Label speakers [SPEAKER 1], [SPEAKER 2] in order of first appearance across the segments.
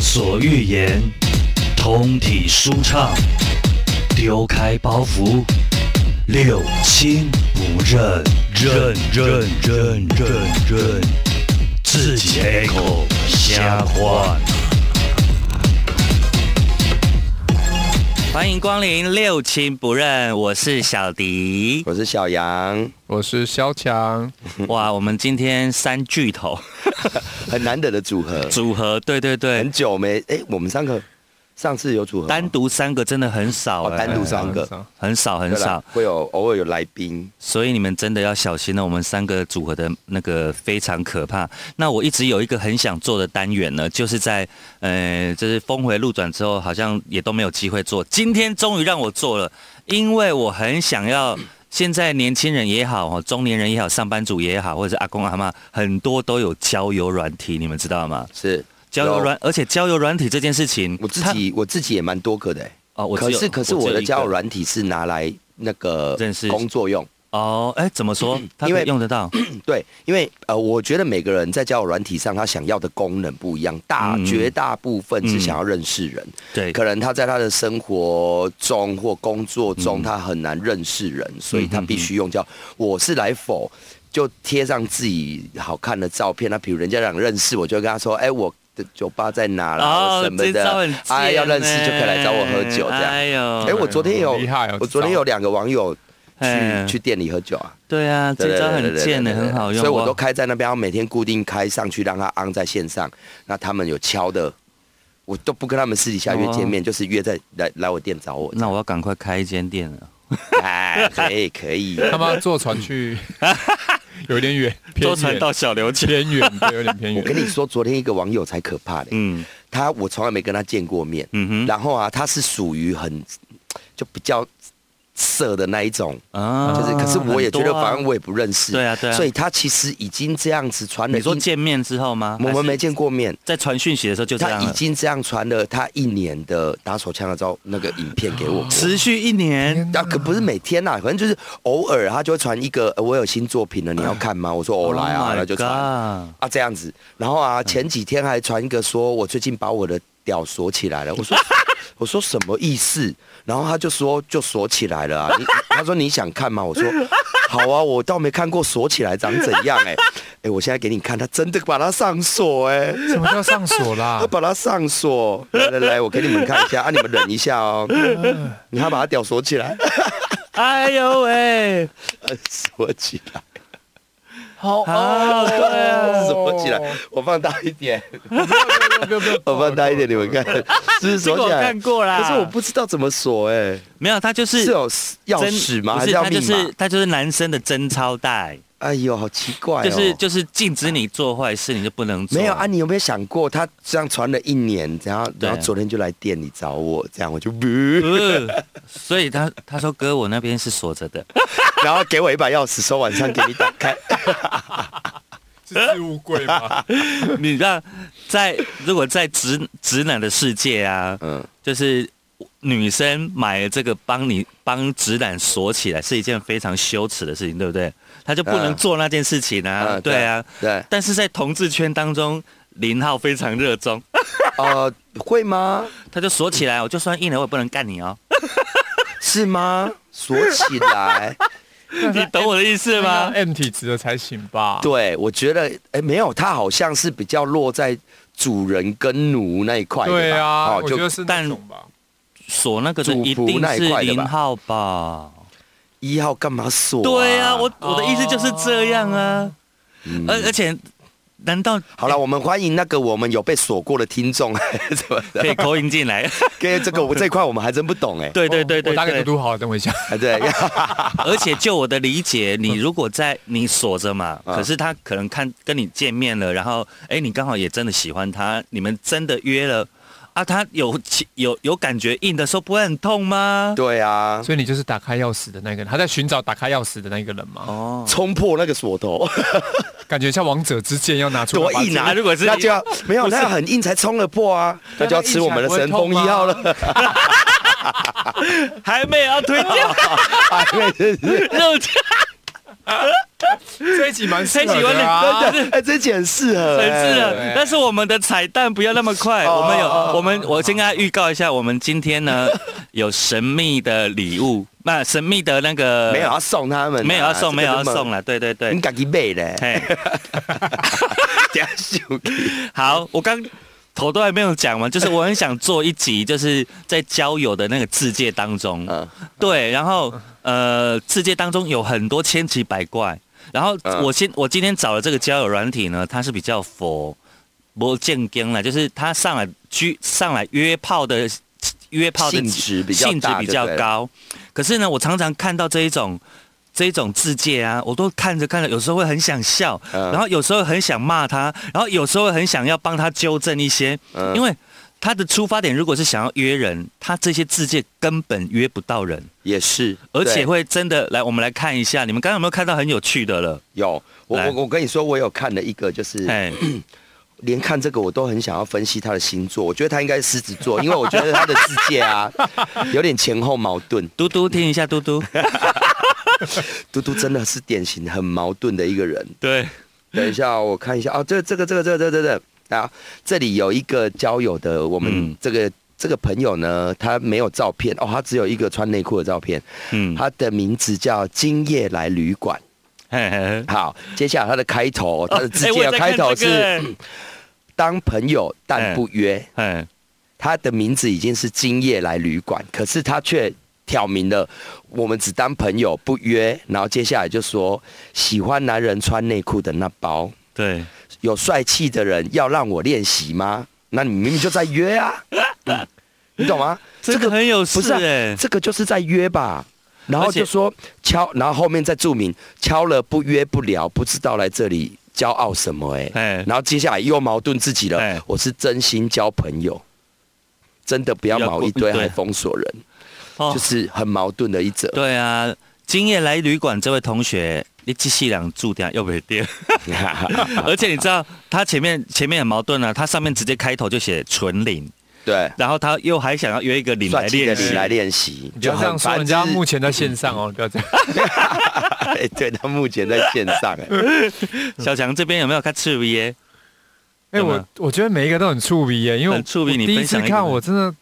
[SPEAKER 1] 所欲言，通体舒畅，丢开包袱，六亲不认，认认认认认，自己开口瞎话。
[SPEAKER 2] 欢迎光临六亲不认，我是小迪。
[SPEAKER 3] 我是小杨，
[SPEAKER 4] 我是肖强，
[SPEAKER 2] 哇，我们今天三巨头
[SPEAKER 3] 很难得的组合，
[SPEAKER 2] 组合，对对对
[SPEAKER 3] 很，久没哎、我们三个上次有组合吗
[SPEAKER 2] 单独三个真的很少、
[SPEAKER 3] 哦
[SPEAKER 2] 哎
[SPEAKER 3] 单独三个
[SPEAKER 2] 很少很
[SPEAKER 3] 对啦
[SPEAKER 2] 少，
[SPEAKER 3] 会有偶尔有来宾，
[SPEAKER 2] 所以你们真的要小心了。我们三个组合的那个非常可怕。那我一直有一个很想做的单元呢，就是在呃，就是峰回路转之后，好像也都没有机会做。今天终于让我做了，因为我很想要。现在年轻人也好，哦中年人也好，上班族也好，或者是阿公阿妈，很多都有交友软体，你们知道吗？
[SPEAKER 3] 是
[SPEAKER 2] 交友软，而且交友软体这件事情，
[SPEAKER 3] 我自
[SPEAKER 2] 它
[SPEAKER 3] 己我自己也蛮多个的、哎
[SPEAKER 2] 哦，我只
[SPEAKER 3] 可
[SPEAKER 2] 有
[SPEAKER 3] 是可是
[SPEAKER 2] 只
[SPEAKER 3] 我
[SPEAKER 2] 有
[SPEAKER 3] 的
[SPEAKER 2] 一个
[SPEAKER 3] 交友软体是拿来那个
[SPEAKER 2] 认识
[SPEAKER 3] 工作用，
[SPEAKER 2] 哦，哎，怎么说？它
[SPEAKER 3] 嗯因
[SPEAKER 2] 可以
[SPEAKER 3] 为
[SPEAKER 2] 用得到？
[SPEAKER 3] 对，因为呃，我觉得每个人在交友软体上，他想要的功能不一样，大、
[SPEAKER 2] 嗯
[SPEAKER 3] 绝大部分是
[SPEAKER 2] 嗯
[SPEAKER 3] 想要认识人，
[SPEAKER 2] 对，
[SPEAKER 3] 可能他在他的生活中或工作中，
[SPEAKER 2] 嗯
[SPEAKER 3] 他很难认识人，所以他必须用叫“我是来否”，就贴上自己好看的照片。那比如人家想认识我，就跟他说：“哎，我的酒吧在哪啦？
[SPEAKER 2] 哦，
[SPEAKER 3] 或什么
[SPEAKER 2] 这招
[SPEAKER 3] 的
[SPEAKER 2] 很，
[SPEAKER 3] 哎，
[SPEAKER 2] 贱
[SPEAKER 3] 要认识就可以来找我喝酒。”
[SPEAKER 2] 欸
[SPEAKER 3] 这样。
[SPEAKER 2] 哎呦，
[SPEAKER 3] 哎，我昨天有
[SPEAKER 4] 很厉害哦，
[SPEAKER 3] 我昨天有两个网友
[SPEAKER 2] 哎
[SPEAKER 3] 去去店里喝酒啊，
[SPEAKER 2] 对啊，
[SPEAKER 3] 对
[SPEAKER 2] 这招
[SPEAKER 3] 对
[SPEAKER 2] 很
[SPEAKER 3] 对对对
[SPEAKER 2] 贱的，
[SPEAKER 3] 对对
[SPEAKER 2] 很好用。哦
[SPEAKER 3] 所以我都开在那边，我每天固定开上去让他昂在线上。那他们有敲的。我都不跟他们私底下
[SPEAKER 2] 哦
[SPEAKER 3] 约见面，就是约在来来我 店找我。
[SPEAKER 2] 那我要赶快开一间店了，
[SPEAKER 3] 哎，可以可以，
[SPEAKER 4] 他妈坐船去，有点远，偏
[SPEAKER 2] 坐
[SPEAKER 4] 远
[SPEAKER 2] 船到小琉球。
[SPEAKER 4] 偏远，对，有点偏
[SPEAKER 3] 我
[SPEAKER 4] 远。
[SPEAKER 3] 跟你说，昨天一个网友才可怕嘞，
[SPEAKER 2] 嗯
[SPEAKER 3] 他我从来没跟他见过面，
[SPEAKER 2] 嗯哼，
[SPEAKER 3] 然后啊，他是属于很就比较色的那一种，
[SPEAKER 2] 啊
[SPEAKER 3] 就是可是我也觉得，
[SPEAKER 2] 很多啊
[SPEAKER 3] 反正我也不认识，
[SPEAKER 2] 对啊对啊
[SPEAKER 3] 所以他其实已经这样子传了一，
[SPEAKER 2] 你说见面之后吗？
[SPEAKER 3] 我
[SPEAKER 2] 还是
[SPEAKER 3] 们没见过面。
[SPEAKER 2] 在传讯息的时候就这
[SPEAKER 3] 他
[SPEAKER 2] 样
[SPEAKER 3] 已
[SPEAKER 2] 了，
[SPEAKER 3] 经这样传了他一年的打手枪的照那个影片给我，
[SPEAKER 2] 持续一年。
[SPEAKER 3] 啊，可不是每天呐、啊，反正就是偶尔他就会传一个，呃我有新作品了，你要看吗？我说
[SPEAKER 2] Oh
[SPEAKER 3] 哦来啊，然后就传，
[SPEAKER 2] 传。
[SPEAKER 3] 啊这样子，然后啊前几天还传一个说我最近把我的屌锁起来了，我说我说什么意思？然后他就说就锁起来了啊，你他说你想看吗？我说好啊，我倒没看过锁起来长怎样哎、欸、哎、我现在给你看，他真的把它上锁哎、
[SPEAKER 4] 什么叫上锁啦
[SPEAKER 3] 他？把它上锁，来来来，我给你们看一下啊，你们忍一下哦，你看把它屌锁起来，
[SPEAKER 2] 哎呦 喂，
[SPEAKER 3] 锁起来，
[SPEAKER 4] 好
[SPEAKER 3] 哦
[SPEAKER 2] 啊，对啊，
[SPEAKER 3] 锁起来，我放大一点，
[SPEAKER 4] 不要不要，
[SPEAKER 3] 我放大一点，你们看，是不是
[SPEAKER 2] 这
[SPEAKER 3] 锁
[SPEAKER 2] 个我
[SPEAKER 3] 起来
[SPEAKER 2] 看？过啦。
[SPEAKER 3] 可是我不知道怎么锁哎、
[SPEAKER 2] 没有，他啊就是
[SPEAKER 3] 是有钥匙吗？还
[SPEAKER 2] 不
[SPEAKER 3] 是
[SPEAKER 2] 是，
[SPEAKER 3] 要
[SPEAKER 2] 他
[SPEAKER 3] 密
[SPEAKER 2] 就
[SPEAKER 3] 码？
[SPEAKER 2] 是他就是男生的贞操带。
[SPEAKER 3] 哎呦，好奇怪、哦！
[SPEAKER 2] 就是就是禁止你做坏事，你就不能做。
[SPEAKER 3] 没有啊？你有没有想过，他这样传了一年，然后
[SPEAKER 2] 对啊
[SPEAKER 3] 然后昨天就来店里找我，这样我就，
[SPEAKER 2] 呃，所以他他说哥，我那边是锁着 的。
[SPEAKER 3] 然后给我一把钥匙，说晚上给你打 开。
[SPEAKER 4] 是置物柜吗？
[SPEAKER 2] 你知道，在如果在直直男的世界啊，
[SPEAKER 3] 嗯，
[SPEAKER 2] 就是女生买了这个帮你帮直男锁起来，是一件非常羞耻的事情，对不对？他就不能
[SPEAKER 3] 嗯
[SPEAKER 2] 做那件事情啊，
[SPEAKER 3] 嗯
[SPEAKER 2] 对啊。
[SPEAKER 3] 对，
[SPEAKER 2] 但是在同志圈当中，林浩非常热衷，
[SPEAKER 3] 呃，会吗？
[SPEAKER 2] 他就锁起来，我就算硬了，我也不能干你哦。
[SPEAKER 3] 是吗？锁起 来？
[SPEAKER 2] 你懂我的意思吗？
[SPEAKER 4] ？M 体质的才行吧？，
[SPEAKER 3] 对，我觉得，哎，没有，他好像是比较落在主人跟奴那一块的吧。
[SPEAKER 4] 对啊，
[SPEAKER 3] 哦
[SPEAKER 4] 我觉
[SPEAKER 3] 就
[SPEAKER 4] 得是那种吧。
[SPEAKER 2] 锁那个的
[SPEAKER 3] 主
[SPEAKER 2] 一
[SPEAKER 3] 仆
[SPEAKER 2] 定
[SPEAKER 3] 那一
[SPEAKER 2] 是
[SPEAKER 3] 块的吧
[SPEAKER 2] 零号吧？
[SPEAKER 3] 一号干嘛锁、
[SPEAKER 2] 对啊，我我的意思就是这样啊。
[SPEAKER 3] 嗯
[SPEAKER 2] 而、而且，难道
[SPEAKER 3] 好了，我们欢迎那个我们有被锁过的听众， 怎么的
[SPEAKER 2] 可？以口音进 来？
[SPEAKER 3] 跟这个我这一块我们还真不懂哎、
[SPEAKER 2] 对对对
[SPEAKER 4] 我
[SPEAKER 2] 对
[SPEAKER 4] 打给
[SPEAKER 2] 对
[SPEAKER 4] 嘟嘟好了，等我一下。
[SPEAKER 3] 啊对，
[SPEAKER 2] 而且就我的理解，你如果 在你锁着嘛，
[SPEAKER 3] 啊
[SPEAKER 2] 可是他可能看跟你见面了，然后哎，你刚好也真的喜欢他，你们真的约了啊？他有起有有感觉硬的时候不会很痛吗？
[SPEAKER 3] 对啊，
[SPEAKER 4] 所以你就是打开钥匙的那个人，他在寻找打开钥匙的那个人吗？
[SPEAKER 2] 哦，
[SPEAKER 3] 冲破那个锁 头，
[SPEAKER 4] 感觉像王者之剑要拿出来
[SPEAKER 3] 多
[SPEAKER 4] 把自己。
[SPEAKER 3] 硬啊！
[SPEAKER 2] 如果是
[SPEAKER 3] 那就要没有，那要很硬才冲得破啊，那就要吃我们的神风一号了。
[SPEAKER 2] 还没有要推荐
[SPEAKER 3] 哎对对对
[SPEAKER 2] 肉酱。
[SPEAKER 4] 这一集蛮适合
[SPEAKER 2] 这一集完
[SPEAKER 4] 的
[SPEAKER 3] 哎、
[SPEAKER 4] 啊，
[SPEAKER 3] 这集很 适合、
[SPEAKER 2] 很自
[SPEAKER 3] 哎
[SPEAKER 2] 然，但是我们的彩蛋不要那么快。
[SPEAKER 3] 哦
[SPEAKER 2] 我们有
[SPEAKER 3] 哦，
[SPEAKER 2] 我们我先跟大家预告一下，我们今天 呢有神秘的礼物，那神秘的那个
[SPEAKER 3] 没有要送他们啊、
[SPEAKER 2] 没有要送，没有要送
[SPEAKER 3] 了，
[SPEAKER 2] 了，对对
[SPEAKER 3] 你
[SPEAKER 2] 对。
[SPEAKER 3] 自己买嘞，
[SPEAKER 2] 嘿，
[SPEAKER 3] 加秀
[SPEAKER 2] 好，我刚头都还没有讲完，就是我很想做一集，就是在交友的那个世界当中，
[SPEAKER 3] 嗯，
[SPEAKER 2] 对，然后呃，世界当中有很多千奇百怪。然后
[SPEAKER 3] 嗯
[SPEAKER 2] 我先我今天找的这个交友软体呢，它是比较佛不正经了，就是它上来居上来约炮的约炮的
[SPEAKER 3] 性质比较
[SPEAKER 2] 性质
[SPEAKER 3] 大
[SPEAKER 2] 比
[SPEAKER 3] 就
[SPEAKER 2] 较
[SPEAKER 3] 对了
[SPEAKER 2] 高。可是呢，我常常看到这一种这一种字界啊，我都看着看着，有时候会很想笑，
[SPEAKER 3] 嗯
[SPEAKER 2] 然后有时候很想骂他，然后有时候很想要帮他纠正一些，
[SPEAKER 3] 嗯
[SPEAKER 2] 因为他的出发点如果是想要约人，他这些字界根本约不到人。
[SPEAKER 3] 也是，
[SPEAKER 2] 而且
[SPEAKER 3] 对
[SPEAKER 2] 会真的来，我们来看一下，你们刚刚有没有看到很有趣的了？
[SPEAKER 3] 有我
[SPEAKER 2] 来
[SPEAKER 3] 我我跟你说，我有看了一个，就是
[SPEAKER 2] 哎，
[SPEAKER 3] 连看这个我都很想要分析他的星座，我觉得他应该是狮子座，因 为我觉得他的世 界啊有点前后矛盾。
[SPEAKER 2] 嘟嘟听一下，嘟 嘟，
[SPEAKER 3] 嘟嘟真的是典型很矛盾的一个人。
[SPEAKER 2] 对，
[SPEAKER 3] 等一下哦，我看一下啊，这这个这个这个这个这个这个啊，这里有一个交友的，我们
[SPEAKER 2] 嗯
[SPEAKER 3] 这个、这个朋友呢，他没有照片哦，他只有一个穿内裤的照片，
[SPEAKER 2] 嗯，
[SPEAKER 3] 他的名字叫今夜来旅馆。
[SPEAKER 2] 嘿嘿
[SPEAKER 3] 好，接下来他的开头，他的字
[SPEAKER 2] 哎我
[SPEAKER 3] 节
[SPEAKER 2] 也
[SPEAKER 3] 的
[SPEAKER 2] 在
[SPEAKER 3] 开
[SPEAKER 2] 看
[SPEAKER 3] 头
[SPEAKER 2] 这个嗯
[SPEAKER 3] 是当朋友但不约。
[SPEAKER 2] 哎，
[SPEAKER 3] 他的名字已经是今夜来旅馆，可是他却挑明了我们只当朋友不约，然后接下来就说喜欢男人穿内裤的那包，
[SPEAKER 2] 对，
[SPEAKER 3] 有帅气的人要让我练习吗？那你明明就在约啊，嗯你懂吗？
[SPEAKER 2] 这个很有事
[SPEAKER 3] 不是啊
[SPEAKER 2] 哎，
[SPEAKER 3] 这个就是在约吧。然后就说敲，然后后面再注明敲了不约不聊，不知道来这里骄傲什么哎、
[SPEAKER 2] 哎，
[SPEAKER 3] 然后接下来又矛盾自己了。
[SPEAKER 2] 哎
[SPEAKER 3] 我是真心交朋友，真的不要
[SPEAKER 2] 要
[SPEAKER 3] 毛一
[SPEAKER 2] 不
[SPEAKER 3] 堆
[SPEAKER 2] 对
[SPEAKER 3] 还封锁人，
[SPEAKER 2] 哦
[SPEAKER 3] 就，是很矛盾的一则。
[SPEAKER 2] 对啊，今夜来旅馆这位同学，你继续两注点又没 掉，而且你知道他前面前面很矛盾啊，他上面直接开头就写纯领，
[SPEAKER 3] 对，
[SPEAKER 2] 然后他又还想要约一个领来
[SPEAKER 3] 帅气的
[SPEAKER 2] 练
[SPEAKER 3] 你
[SPEAKER 2] 习，
[SPEAKER 3] 来练习，
[SPEAKER 4] 你不要这样说，人家目
[SPEAKER 3] 目
[SPEAKER 4] 前在线上哦，你不要这 样。
[SPEAKER 3] 哎， 对他目前在线 上哎，
[SPEAKER 2] 小强这边有没有看刺猬耶？
[SPEAKER 4] 哎，
[SPEAKER 2] 有没有
[SPEAKER 4] 我我觉得每一个都很触鼻耶，因为我
[SPEAKER 2] 很触鼻
[SPEAKER 4] 我
[SPEAKER 2] 你
[SPEAKER 4] 第一
[SPEAKER 2] 分享
[SPEAKER 4] 次
[SPEAKER 2] 一个
[SPEAKER 4] 看我真的，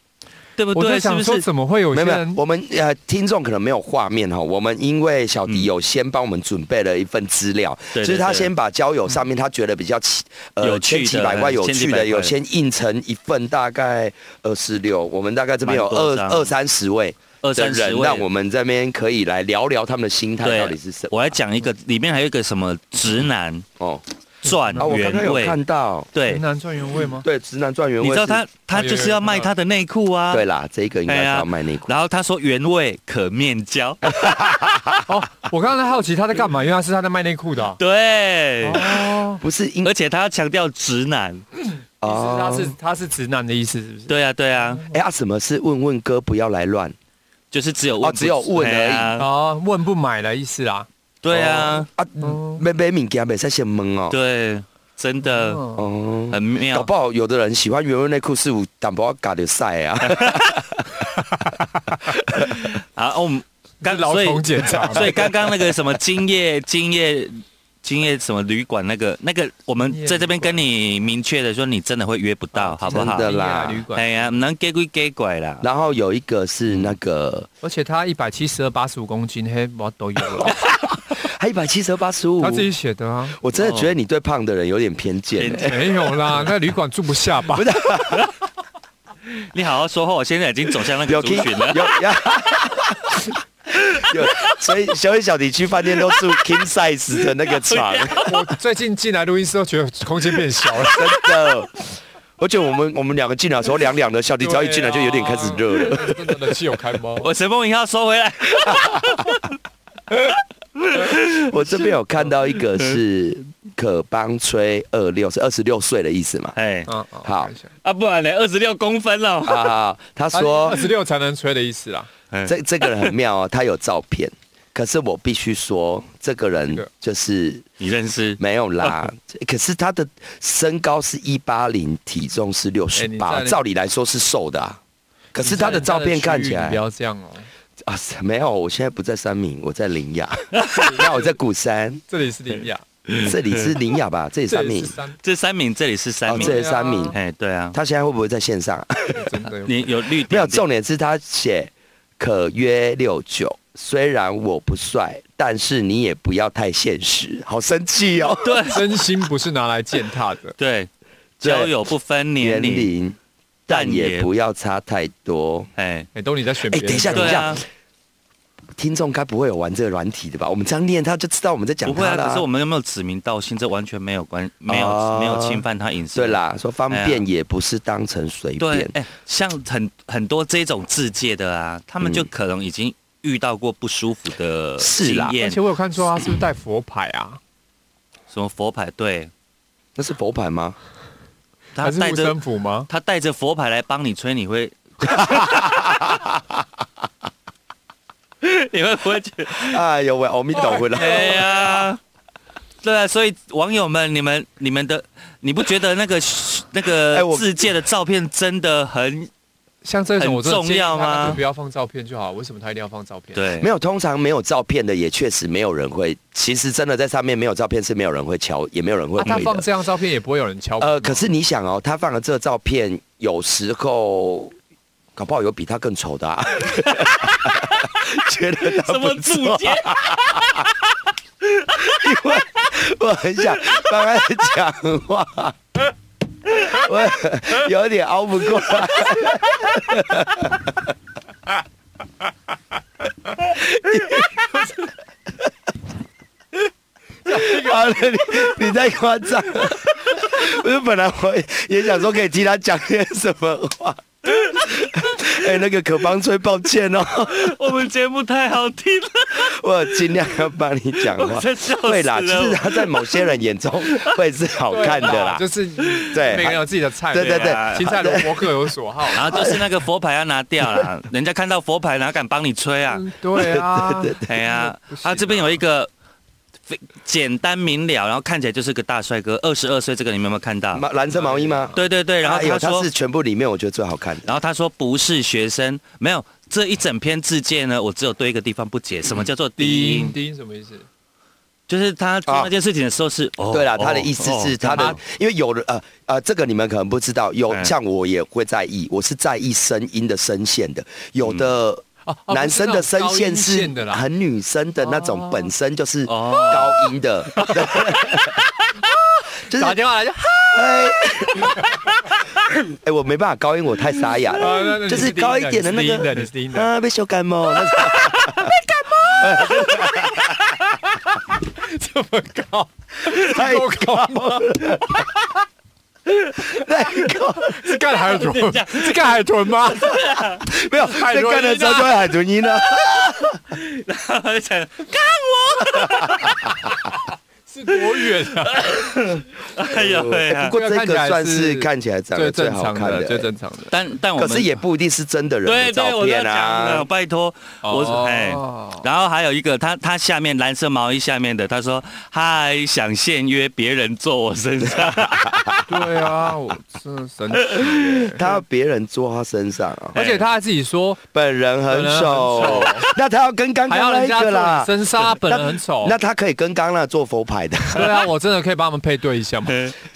[SPEAKER 2] 对不
[SPEAKER 4] 我在
[SPEAKER 2] 对？是不
[SPEAKER 4] 想说
[SPEAKER 2] 是？
[SPEAKER 4] 怎么会有
[SPEAKER 3] 没
[SPEAKER 4] 些
[SPEAKER 3] 有没有
[SPEAKER 4] 人，
[SPEAKER 3] 我们呃听众可能没有画面哈，我们因为小迪
[SPEAKER 2] 嗯
[SPEAKER 3] 有先帮我们准备了一份资料，
[SPEAKER 2] 对对
[SPEAKER 3] 就是他
[SPEAKER 2] 对
[SPEAKER 3] 先把交友上面他觉得比较奇呃
[SPEAKER 2] 有趣
[SPEAKER 3] 千
[SPEAKER 2] 的
[SPEAKER 3] 奇百怪、
[SPEAKER 2] 嗯
[SPEAKER 3] 有
[SPEAKER 2] 千奇
[SPEAKER 3] 趣
[SPEAKER 2] 百
[SPEAKER 3] 的，
[SPEAKER 2] 怪
[SPEAKER 3] 有
[SPEAKER 2] 的
[SPEAKER 3] 先印成一份大概二十六，我们大概这边有
[SPEAKER 2] 蛮多
[SPEAKER 3] 二
[SPEAKER 2] 张
[SPEAKER 3] 二三十位。
[SPEAKER 2] 二
[SPEAKER 3] 的
[SPEAKER 2] 三十
[SPEAKER 3] 人，
[SPEAKER 2] 位
[SPEAKER 3] 让我们这边可以来聊聊他们的心态
[SPEAKER 2] 对
[SPEAKER 3] 到底是什么。
[SPEAKER 2] 我来讲一个，里面还有一个什么直男
[SPEAKER 3] 哦，
[SPEAKER 2] 转
[SPEAKER 3] 啊，我刚刚
[SPEAKER 2] 原
[SPEAKER 3] 有
[SPEAKER 2] 味，
[SPEAKER 3] 看到，
[SPEAKER 2] 对
[SPEAKER 4] 很，难赚原 味吗？
[SPEAKER 3] 对，直男转原味
[SPEAKER 2] 你知
[SPEAKER 3] 是，
[SPEAKER 2] 道他他就是要卖他的内裤啊，
[SPEAKER 3] 对啦，这个应该是
[SPEAKER 2] 哎呀
[SPEAKER 3] 要卖内裤。
[SPEAKER 2] 然后他说原味可面交，
[SPEAKER 4] 哦，我刚刚在好奇他在干嘛，因为他是他在卖内裤的啊。
[SPEAKER 2] 对，
[SPEAKER 4] 哦，
[SPEAKER 3] 不是因
[SPEAKER 2] 而且他要强调直男，
[SPEAKER 4] 意思是他是
[SPEAKER 3] 哦
[SPEAKER 4] 他是直男的意思，是不是？
[SPEAKER 2] 对啊对啊，
[SPEAKER 3] 哎啊，什么是问问哥不要来乱
[SPEAKER 2] 就是只有
[SPEAKER 3] 哦
[SPEAKER 2] 问不，
[SPEAKER 3] 只有问而已
[SPEAKER 2] 哎呀
[SPEAKER 4] 哦，问不买的意思啦。
[SPEAKER 2] 对啊，
[SPEAKER 3] 啊？
[SPEAKER 4] 哦
[SPEAKER 3] 买买物件买在先问哦。
[SPEAKER 2] 对，真的
[SPEAKER 4] 哦
[SPEAKER 3] 哦，
[SPEAKER 2] 很
[SPEAKER 3] 搞
[SPEAKER 2] 妙
[SPEAKER 3] 不，好有的人喜欢原味内裤是有淡薄嘎的晒啊。
[SPEAKER 2] 啊，我们刚
[SPEAKER 4] 劳
[SPEAKER 2] 所以
[SPEAKER 4] 童检查嘛，
[SPEAKER 2] 所以 刚刚那个什么今夜今夜。今夜什么旅馆那个那个，我们在这边跟你明确的说，你真的会约不到，好不好？
[SPEAKER 3] 哦真的啦
[SPEAKER 4] 旅馆
[SPEAKER 2] 哎，呀，唔能给鬼给拐啦。
[SPEAKER 3] 然后有一个是那个，
[SPEAKER 4] 而且他一百七十二八十五公斤，嘿，我都有了，
[SPEAKER 3] 还一百七十八十五
[SPEAKER 4] 他。自己写的啊，
[SPEAKER 3] 我真的觉得你对胖的人有点偏见
[SPEAKER 2] 哦偏
[SPEAKER 3] 欸。
[SPEAKER 4] 没有啦，那旅馆住不下吧？不是，
[SPEAKER 2] 你好好说话，我现在已经走向那个
[SPEAKER 3] 有
[SPEAKER 2] 族
[SPEAKER 3] King
[SPEAKER 2] 群了。
[SPEAKER 3] 有有，所以所以小地区饭店都住 King size 的那个床，
[SPEAKER 4] 我最近进来录音室都觉得空间变小了。
[SPEAKER 3] 真的。而且我们我们两个进来的时候凉凉的，小弟只要一进来就有点开始热了。嗯
[SPEAKER 4] 了，啊真的冷气有开吗？
[SPEAKER 2] 我陈梦莹要收回来，
[SPEAKER 3] 我这边有看到一个是可邦吹二六，是二十六岁的意思 嘛？
[SPEAKER 2] 哎
[SPEAKER 4] 嗯，
[SPEAKER 3] 好
[SPEAKER 2] 啊，不然呢？二十六公分哦了，
[SPEAKER 3] 啊，他说
[SPEAKER 4] 二十六才能吹的意思啦。
[SPEAKER 2] 哎
[SPEAKER 3] 这这个人很妙哦，他有照片，可是我必须说，这个人就是
[SPEAKER 2] 你认识？
[SPEAKER 3] 没有啦，可是他的身高是一八零，体重是六
[SPEAKER 4] 哎
[SPEAKER 3] 十
[SPEAKER 4] 你在
[SPEAKER 3] 八，
[SPEAKER 4] 那
[SPEAKER 3] 照理来说是瘦的、啊，可是他的照片看起
[SPEAKER 4] 你在人
[SPEAKER 3] 来
[SPEAKER 4] 家的区域你不，要这样哦。
[SPEAKER 3] 啊，没有，我现在不在三明，我在林雅，那我在鼓山，
[SPEAKER 4] 这里是林雅，
[SPEAKER 3] 这里是林雅吧？这里
[SPEAKER 4] 这
[SPEAKER 3] 三
[SPEAKER 4] 里
[SPEAKER 3] 明
[SPEAKER 4] 是，三，
[SPEAKER 2] 这三名，这里是三
[SPEAKER 3] 哦，
[SPEAKER 2] 名
[SPEAKER 3] 这，里三明
[SPEAKER 4] 对，
[SPEAKER 2] 哎，对啊，
[SPEAKER 3] 他现在会不会在线上？
[SPEAKER 4] 哎真的有
[SPEAKER 2] 你有绿
[SPEAKER 3] 没
[SPEAKER 2] 点
[SPEAKER 3] 有，重点是他写可约六九，虽然我不帅，但是你也不要太现实，好生气哦。
[SPEAKER 2] 对，
[SPEAKER 4] 真心不是拿来践踏的
[SPEAKER 2] 对，
[SPEAKER 3] 对
[SPEAKER 2] 交友不分年
[SPEAKER 3] 年
[SPEAKER 2] 龄，
[SPEAKER 3] 龄，但
[SPEAKER 2] 但
[SPEAKER 3] 也
[SPEAKER 2] 也
[SPEAKER 3] 不要差太多。
[SPEAKER 2] 哎，
[SPEAKER 4] 哎，都你在选
[SPEAKER 3] 哎
[SPEAKER 4] 别人的。
[SPEAKER 3] 等一下等一
[SPEAKER 2] 对
[SPEAKER 3] 下
[SPEAKER 2] 啊，
[SPEAKER 3] 听众该不会有玩这个软体的吧？我们这样念，他就知道我们在讲
[SPEAKER 2] 不会
[SPEAKER 3] 他
[SPEAKER 2] 啊，
[SPEAKER 3] 了、
[SPEAKER 2] 可是我们有没有指名道姓，这完全没有关，没有、
[SPEAKER 3] 哦
[SPEAKER 2] 没有侵犯他隐私。
[SPEAKER 3] 对，啦，说方
[SPEAKER 2] 哎呀
[SPEAKER 3] 便也不是当成随
[SPEAKER 2] 对
[SPEAKER 3] 便，，
[SPEAKER 2] 哎，像很很多这种自介的啊，他们就可能已经遇到过不舒服的
[SPEAKER 3] 嗯是
[SPEAKER 2] 经
[SPEAKER 3] 啦
[SPEAKER 4] 而
[SPEAKER 2] 验
[SPEAKER 4] 且，我有看出他是不是带佛牌啊？
[SPEAKER 2] 什么佛牌，对
[SPEAKER 3] 那是佛牌吗？
[SPEAKER 2] 他
[SPEAKER 4] 还是
[SPEAKER 2] 带
[SPEAKER 4] 护
[SPEAKER 2] 着
[SPEAKER 4] 身符吗？
[SPEAKER 2] 他带着佛牌来帮你吹，你会。 你会不会觉得
[SPEAKER 3] 哎呦喂，阿弥陀佛了。
[SPEAKER 2] 哎呀，对啊，所以网友们，你们你们的，你不觉得那个那
[SPEAKER 3] 哎
[SPEAKER 2] 个
[SPEAKER 3] 我
[SPEAKER 2] 自介的照片真的很
[SPEAKER 4] 像这种我真的
[SPEAKER 2] 很重
[SPEAKER 3] 啊
[SPEAKER 2] 要吗
[SPEAKER 4] 建议他干脆不要放照片就好，为什么他一定要放照片？，
[SPEAKER 2] 对
[SPEAKER 3] 没？有，通常没有照片的也确实没有人会。其实真的在上面没有照片是没有人会敲，也没有人会
[SPEAKER 4] 啊、他
[SPEAKER 3] 回
[SPEAKER 4] 放
[SPEAKER 3] 的。
[SPEAKER 4] 这张照片也不会有人敲门吗。
[SPEAKER 3] 呃，可是你想哦，他放了这照片，有时候搞不好有比他更丑的、啊。 觉得 他
[SPEAKER 2] 什么
[SPEAKER 3] 不
[SPEAKER 2] 自
[SPEAKER 3] 错，
[SPEAKER 2] 介？
[SPEAKER 3] 因为我很想帮他讲话，我有点熬不过来。完了，你你太夸张了。不是，本来我也想说可以替他讲点什么话。哎、那个可帮吹，抱歉哦，
[SPEAKER 2] 我们节目太好听了，
[SPEAKER 3] 我尽量要帮你讲话
[SPEAKER 2] 我。真 笑死了。
[SPEAKER 3] 会啦，其实他在某些人眼中会是好看的 啦
[SPEAKER 4] 啊就。是
[SPEAKER 3] 对
[SPEAKER 4] 每个人有自己的菜，
[SPEAKER 3] 对对对
[SPEAKER 4] 啊青菜萝卜各有所好。
[SPEAKER 2] 然后啊就是那个佛牌要拿掉 啦，人家看到佛牌哪敢帮你吹啊？
[SPEAKER 4] 嗯对啊，
[SPEAKER 2] 哎呀
[SPEAKER 4] 不，行
[SPEAKER 2] 啊，这边有一个非简单明了，然后看起来就是个大帅哥，二十二岁，这个你们有没有看到？
[SPEAKER 3] 毛蓝色毛衣吗？
[SPEAKER 2] 对对对，然后
[SPEAKER 3] 哎呦
[SPEAKER 2] 他说
[SPEAKER 3] 他是全部里面我觉得最好看的。
[SPEAKER 2] 然后他说不是学生，没有这一整篇自荐呢，我只有对一个地方不
[SPEAKER 3] 嗯
[SPEAKER 2] 解，什么叫做低
[SPEAKER 4] 低
[SPEAKER 2] 音
[SPEAKER 4] 音？低音什么意思？
[SPEAKER 2] 就是他做那件事情的时候是，哦
[SPEAKER 3] 对啦，
[SPEAKER 2] 哦
[SPEAKER 3] 他的意思是
[SPEAKER 2] 哦
[SPEAKER 3] 他的
[SPEAKER 2] 哦，
[SPEAKER 3] 因为有的呃呃，这个你们可能不知道，有
[SPEAKER 2] 嗯
[SPEAKER 3] 像我也会在意，我是在意声音的声线的，有的。
[SPEAKER 4] 哦哦
[SPEAKER 3] 男生的声线
[SPEAKER 4] 不是那种高音
[SPEAKER 3] 是
[SPEAKER 4] 线的啦
[SPEAKER 3] 很女生的那种
[SPEAKER 4] 哦，
[SPEAKER 3] 本身就是
[SPEAKER 2] 哦
[SPEAKER 3] 高音的， 就是
[SPEAKER 4] 打电话来就
[SPEAKER 3] 哎， 哎，我没办法高音，我太沙哑
[SPEAKER 4] 啊那那
[SPEAKER 3] 了，
[SPEAKER 4] 你
[SPEAKER 3] 就是
[SPEAKER 4] 是低
[SPEAKER 3] 高一
[SPEAKER 4] 音的
[SPEAKER 3] 点的那
[SPEAKER 4] 你是低音的你是低音
[SPEAKER 3] 个
[SPEAKER 4] 的
[SPEAKER 3] 啊，被小感冒，那种
[SPEAKER 4] 这么高，
[SPEAKER 3] 太
[SPEAKER 4] 够高吗？
[SPEAKER 3] 太高，
[SPEAKER 4] 是干海豚
[SPEAKER 2] 等一下？
[SPEAKER 4] 是干海豚 吗？
[SPEAKER 3] 没有
[SPEAKER 4] 海
[SPEAKER 3] 在
[SPEAKER 4] 豚
[SPEAKER 3] 干的
[SPEAKER 4] 音
[SPEAKER 3] 时候
[SPEAKER 4] 啊
[SPEAKER 3] 就会海豚音了。
[SPEAKER 2] 他就讲
[SPEAKER 4] 是多远啊？
[SPEAKER 2] 哎呦喂
[SPEAKER 3] 哎
[SPEAKER 2] 啊
[SPEAKER 3] 不过这个算是看
[SPEAKER 4] 看
[SPEAKER 3] 起来长得最
[SPEAKER 4] 最正
[SPEAKER 3] 好
[SPEAKER 4] 常
[SPEAKER 3] 看
[SPEAKER 4] 的，
[SPEAKER 3] 的，
[SPEAKER 4] 最
[SPEAKER 3] 哎
[SPEAKER 4] 正常的。
[SPEAKER 2] 但但我
[SPEAKER 3] 可
[SPEAKER 2] 们
[SPEAKER 3] 是也不一定是真的人
[SPEAKER 2] 对
[SPEAKER 3] 的
[SPEAKER 2] 对，
[SPEAKER 3] 照
[SPEAKER 2] 我在
[SPEAKER 3] 片
[SPEAKER 2] 讲了，
[SPEAKER 3] 啊。哦
[SPEAKER 2] 拜托，我哎。然后还有一个，他他下面蓝色毛衣下面的，他说：“嗨，想现约别人坐我身 上。
[SPEAKER 4] 对 啊，我真的神奇耶。
[SPEAKER 3] 他要别人坐他身上啊，
[SPEAKER 4] 哎而且他还自己说，
[SPEAKER 3] 本人很
[SPEAKER 4] 本人
[SPEAKER 3] 丑
[SPEAKER 4] 很丑，
[SPEAKER 3] 那他要跟刚
[SPEAKER 4] 还
[SPEAKER 3] 刚
[SPEAKER 4] 要
[SPEAKER 3] 那
[SPEAKER 4] 人
[SPEAKER 3] 一
[SPEAKER 4] 家
[SPEAKER 3] 个啦
[SPEAKER 4] 做，身纱，本人很丑。
[SPEAKER 3] 那他可以跟刚刚那做佛牌的。
[SPEAKER 4] 对啊，我真的可以帮他们配对一下吗？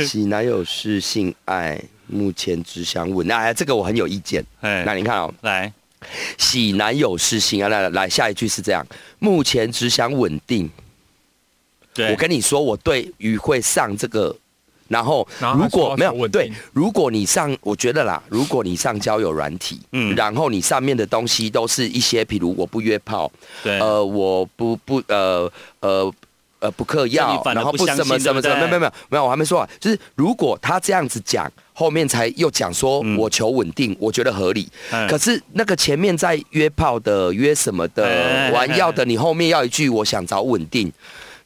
[SPEAKER 3] 喜男友是性爱，目前只想问，哎，这个我很有意见。”那
[SPEAKER 2] 哎，
[SPEAKER 3] 你看哦，
[SPEAKER 2] 来，
[SPEAKER 3] 喜男友是性爱，来来来，下一句是这样，目前只想稳定。
[SPEAKER 2] 对，
[SPEAKER 3] 我跟你说，我对于会上这个，然后
[SPEAKER 4] 然后他
[SPEAKER 3] 如
[SPEAKER 4] 说
[SPEAKER 3] 果
[SPEAKER 4] 要
[SPEAKER 3] 没
[SPEAKER 4] 求
[SPEAKER 3] 有
[SPEAKER 4] 稳
[SPEAKER 3] 对
[SPEAKER 4] 定，
[SPEAKER 3] 如果你上，我觉得啦，如果你上交友软体，
[SPEAKER 2] 嗯
[SPEAKER 3] 嗯，然后你上面的东西都是一些，比如我不约炮，
[SPEAKER 2] 对，
[SPEAKER 3] 呃，我不不呃呃呃不嗑
[SPEAKER 2] 那
[SPEAKER 3] 药
[SPEAKER 2] 你，反而
[SPEAKER 3] 然后
[SPEAKER 2] 不
[SPEAKER 3] 不
[SPEAKER 2] 相
[SPEAKER 3] 什么
[SPEAKER 2] 信
[SPEAKER 3] 什么什
[SPEAKER 2] 对不
[SPEAKER 3] 么，没
[SPEAKER 2] 对
[SPEAKER 3] 有没有没有没有，我还没说完，就是如果他这样子讲，后面才又讲说
[SPEAKER 2] 嗯
[SPEAKER 3] 我求稳定，我觉得合理，
[SPEAKER 2] 嗯
[SPEAKER 3] 可是那个前面在约炮的、约什么的
[SPEAKER 2] 哎、
[SPEAKER 3] 玩药的，你后面要一句我想找稳定，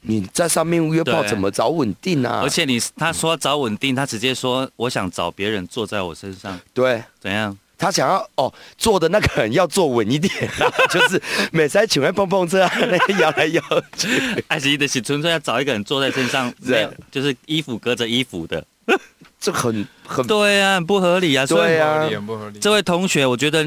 [SPEAKER 3] 你在上面约炮
[SPEAKER 2] 对
[SPEAKER 3] 怎么找稳定啊？
[SPEAKER 2] 嗯而且你他说找稳定，他直接说我想找别人坐在我身上，
[SPEAKER 3] 对。
[SPEAKER 2] 怎 样？
[SPEAKER 3] 他想要哦，坐的那个人要坐稳一点啦，就是每次在请问碰碰车啊，那个摇来摇去，
[SPEAKER 2] 爱奇艺的喜纯粹要找一个人坐在身上，
[SPEAKER 3] 对
[SPEAKER 2] 没有，就是衣服隔着衣服的。
[SPEAKER 3] 这很 很
[SPEAKER 2] 对啊，很不合理啊。所以
[SPEAKER 3] 对啊
[SPEAKER 4] 不合理很不合理。
[SPEAKER 2] 这位同学，我觉得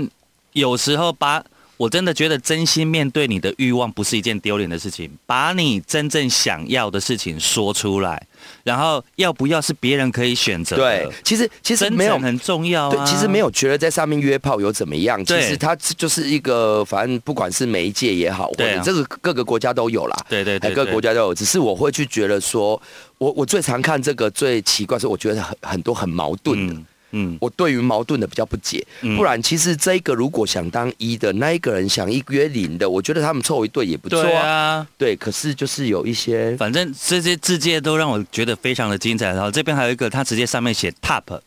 [SPEAKER 2] 有时候把。我真的觉得真心面对你的欲望不是一件丢脸的事情，把你真正想要的事情说出来，然后要不要是别人可以选择的。
[SPEAKER 3] 对，其实其实
[SPEAKER 2] 真
[SPEAKER 3] 没有
[SPEAKER 2] 诚很重要、啊。
[SPEAKER 3] 对，其实没有觉得在上面约炮有怎么样，其
[SPEAKER 2] 对
[SPEAKER 3] 实它就是一个，反正不管是媒介也好，或
[SPEAKER 2] 对啊
[SPEAKER 3] 者这个各个国家都有啦，
[SPEAKER 2] 对对对
[SPEAKER 3] 哎各个
[SPEAKER 2] 对
[SPEAKER 3] 国家都有。只是我会去觉得说，我我最常看这个最奇怪是，我觉得很很多很矛盾的。
[SPEAKER 2] 嗯嗯
[SPEAKER 3] 我对于矛盾的比较不解，
[SPEAKER 2] 嗯
[SPEAKER 3] 不然其实这一个如果想当一的，那一个人想一约零的，我觉得他们凑一对也不错
[SPEAKER 2] 对
[SPEAKER 3] 啊。
[SPEAKER 2] 啊，
[SPEAKER 3] 对，可是就是有一些
[SPEAKER 2] 反正这些字界都让我觉得非常的精彩。然后这边还有一个，他直接上面写 top，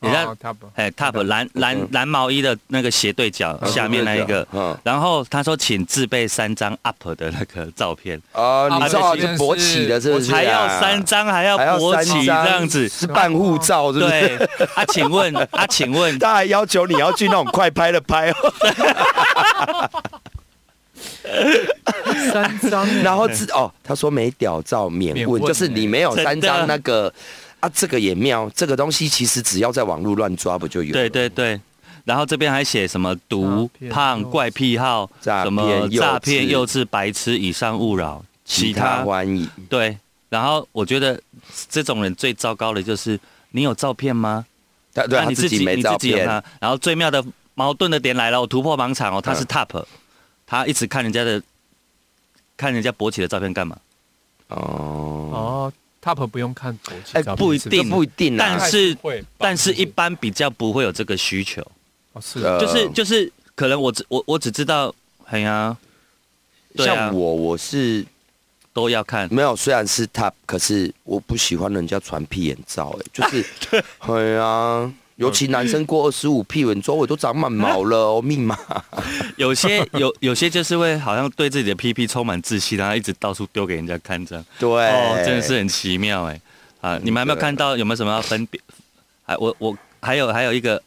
[SPEAKER 2] 人
[SPEAKER 3] 哦
[SPEAKER 2] 家
[SPEAKER 4] 哦，top
[SPEAKER 2] 哎 top 蓝蓝蓝毛衣的那个斜对角下面那一个。
[SPEAKER 3] 嗯
[SPEAKER 2] 然后他说，请自备三张 up 的那个照片，
[SPEAKER 3] 哦，
[SPEAKER 4] 啊
[SPEAKER 3] 你知道
[SPEAKER 4] 对
[SPEAKER 3] 就勃起的，是不是啊？
[SPEAKER 2] 还要三张，还要
[SPEAKER 3] 还要
[SPEAKER 2] 勃
[SPEAKER 3] 三
[SPEAKER 2] 起
[SPEAKER 3] 张
[SPEAKER 2] 这样子。
[SPEAKER 3] 是办护照，是不是？
[SPEAKER 2] 对啊，请问啊，请 问
[SPEAKER 3] 他还要求你要去那种快拍的拍，哦，
[SPEAKER 4] 三张欸，
[SPEAKER 3] 然后自哦，他说没屌照免
[SPEAKER 4] 免
[SPEAKER 3] 问，
[SPEAKER 4] 问
[SPEAKER 3] 就是你没有
[SPEAKER 2] 真的
[SPEAKER 3] 三张那个啊，这个也妙，这个东西其实只要在网络乱抓不就有？
[SPEAKER 2] 对，对对，然后这边还写什么毒
[SPEAKER 4] 诈、骗
[SPEAKER 2] 胖、
[SPEAKER 4] 幼稚
[SPEAKER 2] 怪癖好、
[SPEAKER 3] 诈
[SPEAKER 2] 什么
[SPEAKER 3] 骗幼
[SPEAKER 2] 诈骗、
[SPEAKER 3] 稚
[SPEAKER 2] 幼稚、白痴、以上勿扰，
[SPEAKER 3] 其
[SPEAKER 2] 其
[SPEAKER 3] 他
[SPEAKER 2] 他
[SPEAKER 3] 欢迎
[SPEAKER 2] 对。然后我觉得这种人最糟糕的就是你有照片吗？
[SPEAKER 3] 他对
[SPEAKER 2] 那
[SPEAKER 3] 啊他
[SPEAKER 2] 啊你
[SPEAKER 3] 自己没
[SPEAKER 2] 你
[SPEAKER 3] 照
[SPEAKER 2] 自己有
[SPEAKER 3] 片，
[SPEAKER 2] 吗？然后最妙的矛盾的点来了，我突破盲场哦，他是
[SPEAKER 3] 嗯
[SPEAKER 2] top，他一直看人家的看人家勃起的照片干嘛？嗯
[SPEAKER 3] 哦，
[SPEAKER 4] 哦，top 不用看国际
[SPEAKER 3] 哎
[SPEAKER 4] 照片，
[SPEAKER 2] 不一
[SPEAKER 4] 是
[SPEAKER 3] 这
[SPEAKER 2] 定
[SPEAKER 3] 不一定啊
[SPEAKER 2] 但，是
[SPEAKER 4] 会吧，
[SPEAKER 2] 但是一
[SPEAKER 4] 不
[SPEAKER 2] 般比较不会有这个需求。
[SPEAKER 4] 哦是
[SPEAKER 3] 呃
[SPEAKER 2] 就是就是，可能我只我我只知道，哎呀，对啊
[SPEAKER 3] 像我我是
[SPEAKER 2] 都要 看，
[SPEAKER 3] 没有，虽然是 top，可是我不喜欢人家传屁眼照，哎，就是 对啊。尤其男生过二十五，屁眼周围都长满毛了
[SPEAKER 2] 嗯
[SPEAKER 3] 哦，密 码。
[SPEAKER 2] 有些有有些就是会好像对自己的 PP 充满自信，然后一直到处丢给人家看这样，
[SPEAKER 3] 对，
[SPEAKER 2] 哦，真的是很奇妙哎、啊，你们还没有
[SPEAKER 3] 哎嗯对
[SPEAKER 2] 看到有没有什么要分别？还我我还有还有一个，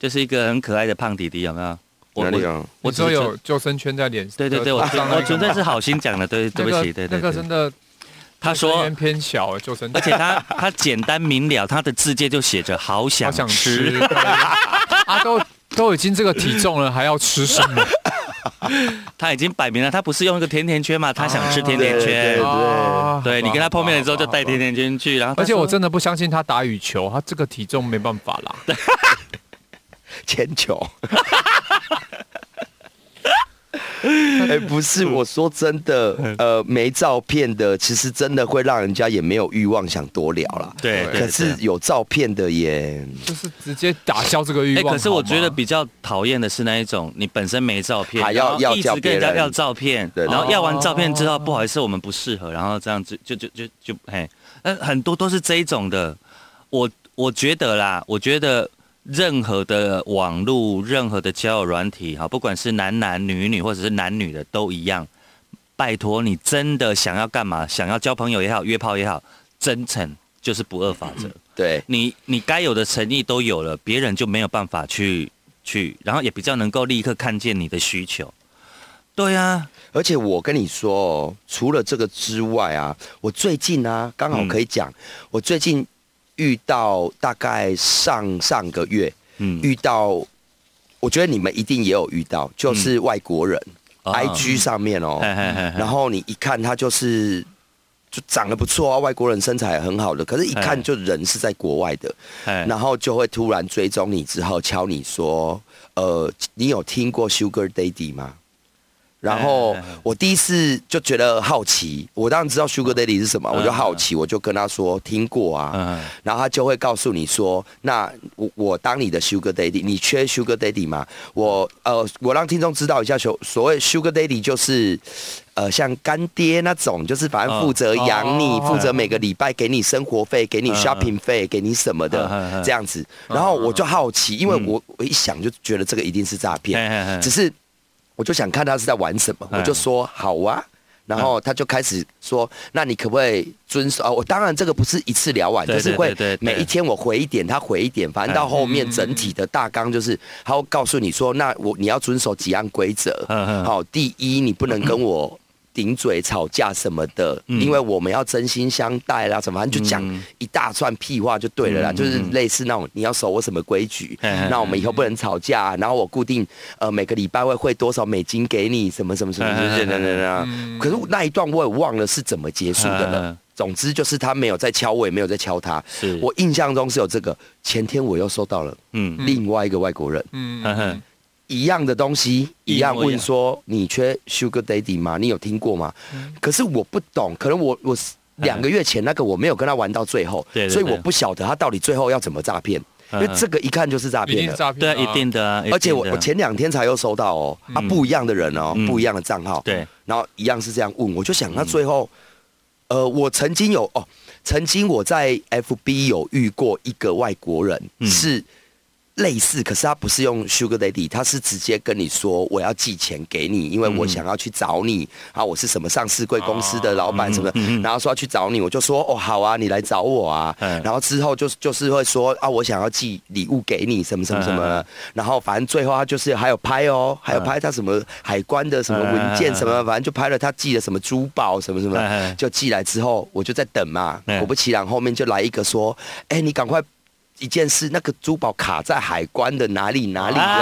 [SPEAKER 2] 就是一个很可爱的胖弟弟，有没有？我
[SPEAKER 3] 哪里
[SPEAKER 2] 我
[SPEAKER 3] 啊？
[SPEAKER 2] 我
[SPEAKER 4] 我
[SPEAKER 2] 只
[SPEAKER 4] 只
[SPEAKER 2] 是
[SPEAKER 4] 有救生圈在脸，
[SPEAKER 2] 对对对，我
[SPEAKER 4] 上
[SPEAKER 2] 纯
[SPEAKER 4] 那
[SPEAKER 2] 我
[SPEAKER 4] 个
[SPEAKER 2] 纯粹是好心讲的，对对
[SPEAKER 4] 那
[SPEAKER 2] 不
[SPEAKER 4] 个
[SPEAKER 2] 起，对对
[SPEAKER 4] 那个
[SPEAKER 2] 对
[SPEAKER 4] 真。的
[SPEAKER 2] 他
[SPEAKER 4] 救生
[SPEAKER 2] 说
[SPEAKER 4] 圈，偏小，救生
[SPEAKER 2] 而
[SPEAKER 4] 圈
[SPEAKER 2] 且他他简单明了，他的字界就写着“好
[SPEAKER 4] 好
[SPEAKER 2] 想
[SPEAKER 4] 想
[SPEAKER 2] 吃”，
[SPEAKER 4] 吃， 啊都都已经这个体重了，还要吃什么？
[SPEAKER 2] 他已经摆明了，他不是用一个甜甜圈嘛，他想吃甜甜
[SPEAKER 3] 对
[SPEAKER 2] 圈。
[SPEAKER 3] 啊
[SPEAKER 4] 啊
[SPEAKER 2] 对你跟他碰面的时候就带甜。
[SPEAKER 4] 好吧好吧好吧
[SPEAKER 2] 甜圈去，然后他
[SPEAKER 4] 而且
[SPEAKER 2] 说
[SPEAKER 4] 我真的不相信他打羽球，他这个体重没办法啦。
[SPEAKER 3] 铅球。哎、不是，我说真的，
[SPEAKER 2] 嗯
[SPEAKER 3] 呃，没照片的，其实真的会让人家也没有欲望想多聊啦。
[SPEAKER 2] 对，对
[SPEAKER 3] 可是
[SPEAKER 2] 对
[SPEAKER 3] 有照片的也，
[SPEAKER 4] 就是直接打消这个欲
[SPEAKER 2] 哎，
[SPEAKER 4] 望。
[SPEAKER 2] 可是我觉得
[SPEAKER 4] 好吗
[SPEAKER 2] 比较讨厌的是那一种，你本身没照片，
[SPEAKER 3] 还要
[SPEAKER 2] 然后
[SPEAKER 3] 要
[SPEAKER 2] 一
[SPEAKER 3] 叫
[SPEAKER 2] 直跟人
[SPEAKER 3] 别
[SPEAKER 2] 家
[SPEAKER 3] 人
[SPEAKER 2] 要照片，
[SPEAKER 3] 对
[SPEAKER 2] 然后
[SPEAKER 4] 对
[SPEAKER 2] 要完照片之后，
[SPEAKER 4] 哦
[SPEAKER 2] 不好意思，我们不适合，然后这样子就就就就就哎，呃，很多都是这一种的。我我觉得啦，我觉得任何的网络、任何的交友软体，哈，不管是男男女女或者是男女的都一样，拜托你真的想要干嘛，想要交朋友也好，约炮也好，真诚就是不二法则。
[SPEAKER 3] 对，
[SPEAKER 2] 你你该有的诚意都有了，别人就没有办法去去，然后也比较能够立刻看见你的需求。对啊，
[SPEAKER 3] 而且我跟你说哦，除了这个之外啊，我最近啊，刚
[SPEAKER 2] 嗯
[SPEAKER 3] 好可以讲，我最近遇到大概上上个月
[SPEAKER 2] 嗯
[SPEAKER 3] 遇到，我觉得你们一定也有遇到，就是外国人、
[SPEAKER 2] 哦
[SPEAKER 3] IG 上面哦，
[SPEAKER 2] 嗯嘿嘿嘿嘿
[SPEAKER 3] 然后你一看他就是就长得不错啊，外国人身材也很好的，可是一看就人是在国外的，
[SPEAKER 2] 嘿
[SPEAKER 3] 然后就会突然追踪你之后敲你说，呃，你有听过 Sugar Daddy 吗？然后
[SPEAKER 2] 哎哎哎
[SPEAKER 3] 我第一次就觉得好奇，我当然知道 Sugar Daddy 是什么，我就好奇，我就跟他说听过啊，
[SPEAKER 2] 嗯，
[SPEAKER 3] 然后他就会告诉你说，那我我当你的 Sugar Daddy，你缺 Sugar Daddy 吗？我呃，我让听众知道一下，所所谓 Sugar Daddy 就是。呃，像干爹那种，就是反正负责养你，
[SPEAKER 4] 哦
[SPEAKER 3] 负责每个礼拜给你生活费、给你
[SPEAKER 2] 嗯
[SPEAKER 3] shopping 费、给你什么
[SPEAKER 2] 嗯嗯
[SPEAKER 3] 的
[SPEAKER 2] 嗯
[SPEAKER 3] 这样子。然后我就好奇，因为
[SPEAKER 2] 嗯
[SPEAKER 3] 我我一想就觉得这个一定是诈骗，
[SPEAKER 2] 嘿嘿嘿
[SPEAKER 3] 只是我就想看他是在玩什么，
[SPEAKER 2] 嗯
[SPEAKER 3] 我就说好啊。然后他就开始说：“那你可不可以遵守？”哦，我当然这个不是一次聊完，
[SPEAKER 2] 对
[SPEAKER 3] 就是
[SPEAKER 2] 对
[SPEAKER 3] 会
[SPEAKER 2] 对对
[SPEAKER 3] 每一天我回一点，他回一点，反正到后面
[SPEAKER 4] 嗯
[SPEAKER 3] 整体的大纲就是他哦会告诉你说：“那我你要遵守几样规则
[SPEAKER 2] 嗯嗯，
[SPEAKER 3] 好，第一你不能跟我顶嘴、吵架什么的，
[SPEAKER 2] 嗯
[SPEAKER 3] 因为我们要真心相待啦，什么，反正就讲
[SPEAKER 2] 嗯
[SPEAKER 3] 一大串屁话就对了啦，
[SPEAKER 2] 嗯
[SPEAKER 3] 就是类似那种你要守我什么规矩，
[SPEAKER 2] 嘿嘿嘿
[SPEAKER 3] 那我们以后不能吵架啊、然后我固定呃每个礼拜会汇多少美金给你，什么什么什么
[SPEAKER 2] 嘿嘿嘿
[SPEAKER 3] 等等等等。
[SPEAKER 4] 嗯
[SPEAKER 3] 可是那一段我也忘了是怎么结束的
[SPEAKER 2] 嗯嗯嗯
[SPEAKER 3] 了。总之就是他没有在敲我，也没有在敲他。
[SPEAKER 2] 是
[SPEAKER 3] 我印象中是有这个。前天我又收到了
[SPEAKER 2] 嗯
[SPEAKER 3] 另外一个外国人。
[SPEAKER 4] 嗯
[SPEAKER 2] 呵呵
[SPEAKER 4] 嗯
[SPEAKER 3] 一样的东西，一样
[SPEAKER 2] 一模一样
[SPEAKER 3] 问说你缺 Sugar Daddy 吗？你有听过吗？
[SPEAKER 2] 嗯
[SPEAKER 3] 可是我不懂，可能我我两个月前那个我没有跟他玩到最后，
[SPEAKER 2] 对对
[SPEAKER 3] 所以
[SPEAKER 2] 对
[SPEAKER 3] 我不晓得他到底最后要怎么诈骗，因
[SPEAKER 2] 嗯
[SPEAKER 3] 为这个一看就是诈
[SPEAKER 4] 一定
[SPEAKER 3] 骗
[SPEAKER 4] 是
[SPEAKER 3] 了。
[SPEAKER 4] 诈骗
[SPEAKER 2] 对
[SPEAKER 4] 啊，
[SPEAKER 2] 啊，一定的啊，一定的
[SPEAKER 3] 而且我我前两天才又收到哦，啊不一样的人哦
[SPEAKER 2] 嗯，
[SPEAKER 3] 不一样的账号，
[SPEAKER 2] 对，嗯
[SPEAKER 3] 然后一样是这样问，我就想那最后，呃，我曾经有哦，曾经我在 FB 有遇过一个外国人
[SPEAKER 2] 嗯
[SPEAKER 3] 是。类似，可是他不是用 Sugar Daddy，他是直接跟你说我要寄钱给你，因为
[SPEAKER 2] 嗯
[SPEAKER 3] 我想要去找你啊，我是什么上市贵公司的老板什么的，
[SPEAKER 2] 嗯嗯嗯
[SPEAKER 3] 然后说要去找你，我就说哦好啊，你来找我啊，
[SPEAKER 2] 嗯
[SPEAKER 3] 然后之后就是就是会说啊，我想要寄礼物给你什么什么什
[SPEAKER 2] 嗯
[SPEAKER 3] 么的，然后反正最后他就是还有拍哦，还有拍他什么海关的什么文件什么，反正就拍了他寄了什么珠宝什么什么
[SPEAKER 2] 嗯嗯，
[SPEAKER 3] 就寄来之后我就在等嘛
[SPEAKER 2] 嗯，
[SPEAKER 3] 果不其然后面就来一个说，哎你赶快。一件事，那个珠宝卡在海关的哪里哪里
[SPEAKER 4] 啊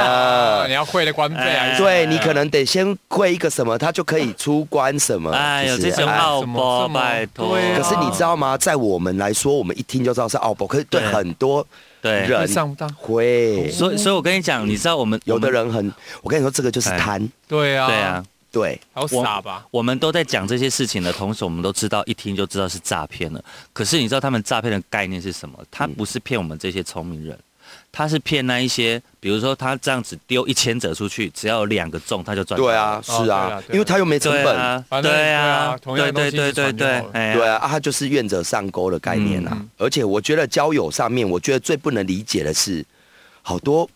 [SPEAKER 3] 了
[SPEAKER 4] 你？要会的官费
[SPEAKER 2] 哎
[SPEAKER 4] 啊，
[SPEAKER 3] 对你可能得先汇一个什么，他就可以出关什么。
[SPEAKER 2] 哎呦，
[SPEAKER 3] 就是
[SPEAKER 2] 这种
[SPEAKER 3] 哎
[SPEAKER 2] 奥
[SPEAKER 4] 怎么
[SPEAKER 2] 博，
[SPEAKER 4] 这么
[SPEAKER 2] 拜托，
[SPEAKER 4] 对啊
[SPEAKER 3] 可是你知道吗？在我们来说，我们一听就知道是奥博，可是对
[SPEAKER 2] 对
[SPEAKER 3] 很多
[SPEAKER 2] 对，
[SPEAKER 4] 会
[SPEAKER 3] 人
[SPEAKER 4] 上当，
[SPEAKER 3] 会，
[SPEAKER 2] 所以所以我跟你讲，你知道我们
[SPEAKER 3] 有的。
[SPEAKER 2] 我们
[SPEAKER 3] 人很，我跟你说，这个就是
[SPEAKER 2] 哎
[SPEAKER 3] 贪，
[SPEAKER 4] 对啊，
[SPEAKER 2] 对啊，，
[SPEAKER 3] 对，
[SPEAKER 4] 好傻吧？
[SPEAKER 2] 我们都在讲这些事情的同时，我们都知道一听就知道是诈骗了。可是你知道他们诈骗的概念是什
[SPEAKER 3] 嗯
[SPEAKER 2] 么？他不是骗我们这些聪明人，他是骗那一些，比如说他这样子丢一千折出去，只要有两个中他就赚。
[SPEAKER 3] 对啊，
[SPEAKER 4] 哦
[SPEAKER 3] 是
[SPEAKER 4] 对
[SPEAKER 3] 啊
[SPEAKER 4] 啦，对啦
[SPEAKER 3] 因为他又没成
[SPEAKER 2] 对
[SPEAKER 3] 本，
[SPEAKER 2] 啊，
[SPEAKER 4] 反正
[SPEAKER 2] 对啊，
[SPEAKER 4] 对啊同样
[SPEAKER 2] 对对
[SPEAKER 4] 的东西
[SPEAKER 2] 对
[SPEAKER 4] 一直
[SPEAKER 2] 对
[SPEAKER 4] 传就
[SPEAKER 2] 对
[SPEAKER 4] 好了，
[SPEAKER 2] 哎呀
[SPEAKER 3] 对啊，啊，他就是愿者上钩的概念啊
[SPEAKER 4] 嗯。
[SPEAKER 3] 而且我觉得交友上面，我觉得最不能理解的是，好多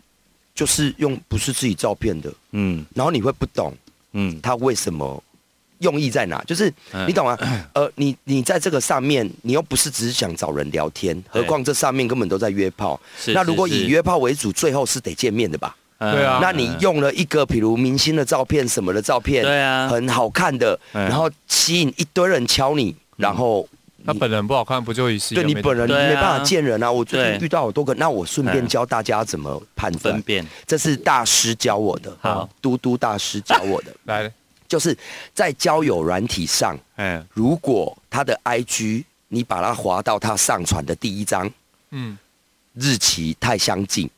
[SPEAKER 3] 就是用不是自己照片的，
[SPEAKER 2] 嗯
[SPEAKER 3] 然后你会不懂
[SPEAKER 2] 嗯，
[SPEAKER 3] 他为什么。用意在哪？就是
[SPEAKER 2] 嗯
[SPEAKER 3] 你懂吗？呃，你你在这个上面，你又不是只是想找人聊天，何况这上面根本都在约炮。
[SPEAKER 2] 是
[SPEAKER 3] 那如果
[SPEAKER 2] 是是嗯
[SPEAKER 3] 以约炮为主，最后是得见面的吧？
[SPEAKER 4] 对啊
[SPEAKER 3] 那你用了一个比如明星的照片什么的照片，
[SPEAKER 2] 对啊
[SPEAKER 3] 很好看的，
[SPEAKER 2] 嗯
[SPEAKER 3] 然后吸引一堆人敲你，然后
[SPEAKER 4] 他
[SPEAKER 3] 你
[SPEAKER 4] 本人不好看，不就一是
[SPEAKER 3] 对你本人
[SPEAKER 2] 对啊
[SPEAKER 3] 没办法见人啊。我最
[SPEAKER 2] 对
[SPEAKER 3] 近遇到好多个，那我顺便
[SPEAKER 2] 嗯
[SPEAKER 3] 教大家怎么判
[SPEAKER 2] 分
[SPEAKER 3] 断，
[SPEAKER 2] 辨
[SPEAKER 3] 这是大师教我的，
[SPEAKER 2] 哎
[SPEAKER 3] 哦
[SPEAKER 2] 好，
[SPEAKER 3] 嘟嘟大师教我 的，
[SPEAKER 4] 来了
[SPEAKER 3] 就是在交友软体上，
[SPEAKER 2] 哎
[SPEAKER 3] 如果他的 IG 你把它划到他上传的第一张
[SPEAKER 4] 嗯，
[SPEAKER 3] 日期太相近。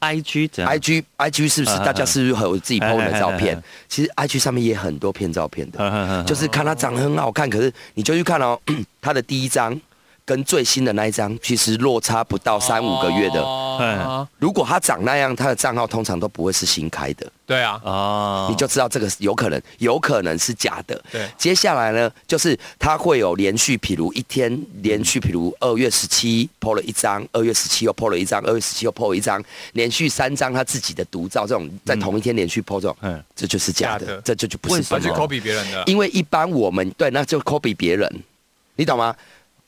[SPEAKER 2] ，IG 怎样
[SPEAKER 3] IG IG 是不
[SPEAKER 2] 嗯
[SPEAKER 3] 是
[SPEAKER 2] 嗯嗯
[SPEAKER 3] 大家是不是很有自己 PO
[SPEAKER 2] 嗯嗯
[SPEAKER 3] 的照
[SPEAKER 2] 嗯嗯
[SPEAKER 3] 片？其实 IG 上面也很多骗照片的，
[SPEAKER 2] 哼
[SPEAKER 3] 就是看他长得很好看，可是你就去看哦， 他的第一张跟最新的那一张其实落差不到三五个月
[SPEAKER 2] 哦
[SPEAKER 3] 的。
[SPEAKER 4] 的，
[SPEAKER 3] 如果他长那样，他的账号通常都不会是新开的，
[SPEAKER 4] 对啊，
[SPEAKER 2] 哦，
[SPEAKER 3] 你就知道这个是有可能，有可能是假的。
[SPEAKER 4] 对，
[SPEAKER 3] 接下来呢，就是他会有连续，譬如一天连续，譬如二月十七 PO 了一张，二月十七又 PO 了一张，二月十七又 PO 了一张，连续三张他自己的独照，这种在同一天连续 PO 这种，
[SPEAKER 2] 嗯
[SPEAKER 3] 这就是假
[SPEAKER 4] 假的
[SPEAKER 3] 的，这这就不
[SPEAKER 2] 为
[SPEAKER 3] 是
[SPEAKER 2] 什
[SPEAKER 4] 他
[SPEAKER 3] 本
[SPEAKER 4] 去
[SPEAKER 3] 人
[SPEAKER 2] 么
[SPEAKER 4] copy 别人的，
[SPEAKER 3] 因为一般我们对，那就 copy 别人，你懂吗？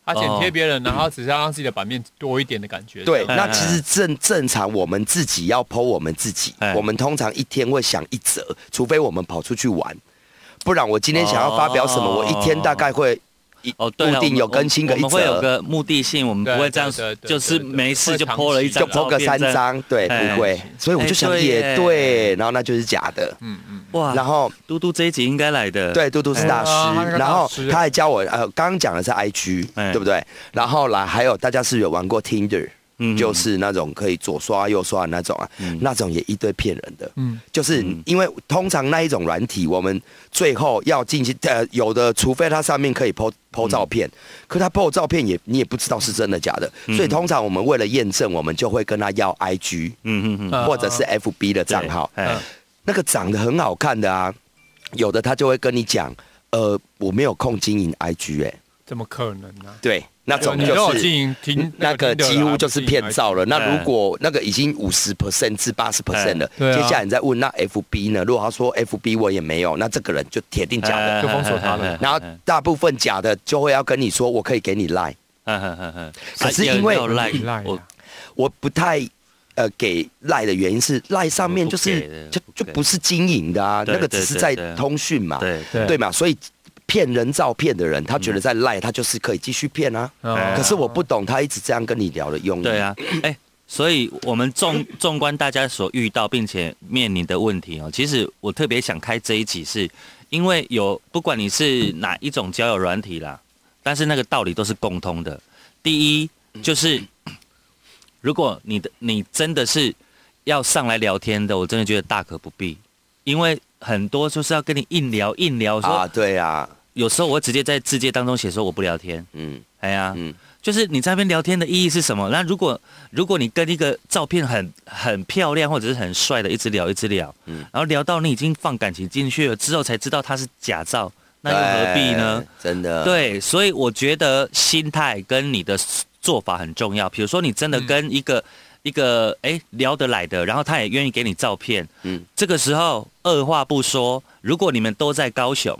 [SPEAKER 4] 他剪贴别人，然后只是要让自己的版面多一点的感觉。
[SPEAKER 3] 对，
[SPEAKER 2] 哎
[SPEAKER 4] 这样
[SPEAKER 3] 那其实正正常我们自己要 PO 我们自己
[SPEAKER 2] 哎，
[SPEAKER 3] 我们通常一天会想一则，除非我们跑出去玩，不然我今天想要发表什么，
[SPEAKER 2] 哦
[SPEAKER 3] 我一天大概会。一
[SPEAKER 2] 哦，对了，
[SPEAKER 3] 固定有更新个
[SPEAKER 2] 我
[SPEAKER 3] 一
[SPEAKER 2] 们我们会有
[SPEAKER 3] 则，
[SPEAKER 2] 个目的性，我们不会这样
[SPEAKER 4] 对对，对对
[SPEAKER 2] 就是没事就
[SPEAKER 4] 对对
[SPEAKER 2] PO 了一张，
[SPEAKER 3] 就 PO 个三，张，对，
[SPEAKER 2] 哎
[SPEAKER 3] 不会
[SPEAKER 4] 哎，
[SPEAKER 3] 所以我就想也
[SPEAKER 2] 哎对
[SPEAKER 3] 对，然后那就是假的。
[SPEAKER 4] 嗯嗯，
[SPEAKER 2] 哇，
[SPEAKER 3] 然后
[SPEAKER 2] 嘟嘟这一集应该来的，
[SPEAKER 3] 对，嘟嘟是大
[SPEAKER 4] 哎哇他是
[SPEAKER 3] 师，
[SPEAKER 4] 个
[SPEAKER 3] 然后
[SPEAKER 4] 大师
[SPEAKER 3] 他还教我，呃，刚刚讲的是 IG，
[SPEAKER 2] 啊哎
[SPEAKER 3] 对不对？然后来还有大家是有玩过 Tinder，
[SPEAKER 2] 嗯
[SPEAKER 3] 就是那种可以左刷右刷的那种啊
[SPEAKER 2] 嗯，
[SPEAKER 3] 那种也一堆骗人的。
[SPEAKER 4] 嗯，
[SPEAKER 3] 就是
[SPEAKER 2] 嗯
[SPEAKER 3] 因为通常那一种软体，我们最后要进行呃，有的除非它上面可以 PO PO 照片，可它 PO 照片也你也不知道是真的假的，所以通常我们为了验证，我们就会跟他要 IG
[SPEAKER 2] 嗯嗯嗯，
[SPEAKER 4] 啊
[SPEAKER 3] 或者是 FB 的账号，
[SPEAKER 2] 对哎
[SPEAKER 3] 那个长得很好看的啊，有的他就会跟你讲，呃，我没有空经营 IG 哎、
[SPEAKER 4] 怎么可能呢？
[SPEAKER 3] 对，那种
[SPEAKER 4] 你都有
[SPEAKER 3] 就
[SPEAKER 4] 经
[SPEAKER 3] 是。
[SPEAKER 4] 营停
[SPEAKER 3] 那个几乎就是骗照了。那
[SPEAKER 2] 哎
[SPEAKER 3] 如果那个已经五十 percent 至八十 percent 了，
[SPEAKER 4] 对啊
[SPEAKER 3] 接下来你再问那 FB 呢？如果他说 FB 我也没有，那这个人就铁定假
[SPEAKER 2] 哎
[SPEAKER 3] 的。
[SPEAKER 4] 就封锁他了
[SPEAKER 3] 然后大部分假的就会要跟你说，我可以给你 line。
[SPEAKER 2] 嗯嗯嗯嗯，
[SPEAKER 3] 可是因为
[SPEAKER 2] 赖
[SPEAKER 4] 赖啊
[SPEAKER 2] 我
[SPEAKER 3] 我不太呃给赖的原因是赖上面就
[SPEAKER 2] 不给的
[SPEAKER 3] 是就
[SPEAKER 2] 不
[SPEAKER 3] 就
[SPEAKER 2] 给
[SPEAKER 3] 不是经营的啊，
[SPEAKER 2] 对
[SPEAKER 3] 那个只是
[SPEAKER 2] 对对
[SPEAKER 3] 在
[SPEAKER 2] 对
[SPEAKER 3] 通讯嘛，
[SPEAKER 2] 对嗯
[SPEAKER 4] 对
[SPEAKER 3] 对嘛，所以骗人照片的人，他觉得在赖他就是可以继续骗啊。
[SPEAKER 4] 哦
[SPEAKER 3] 可是我不懂他一直这样跟你聊的用意。
[SPEAKER 2] 对，啊，哎、所以我们纵纵观大家所遇到并且面临的问题哦，其实我特别想开这一集是，因为有不管你是哪一种交友软体啦，但是那个道理都是共通的。第一就是，如果你的你真的是要上来聊天的，我真的觉得大可不必，因为很多就是要跟你硬聊硬聊，说、
[SPEAKER 3] 啊，对啊，
[SPEAKER 2] 有时候我会直接在字界当中写说我不聊天，
[SPEAKER 3] 嗯
[SPEAKER 2] 哎呀、
[SPEAKER 3] 嗯，
[SPEAKER 2] 就是你在那边聊天的意义是什么？那如果如果你跟一个照片很很漂亮或者是很帅的一直聊一直聊，
[SPEAKER 3] 嗯
[SPEAKER 2] 然后聊到你已经放感情进去了之后才知道他是假照，那又何必呢？
[SPEAKER 3] 对？哎呃真的，
[SPEAKER 2] 对，所以我觉得心态跟你的做法很重要。比如说，你真的跟一个、一个哎、诶聊得来的，然后他也愿意给你照片，
[SPEAKER 3] 嗯
[SPEAKER 2] 这个时候二话不说，如果你们都在高雄，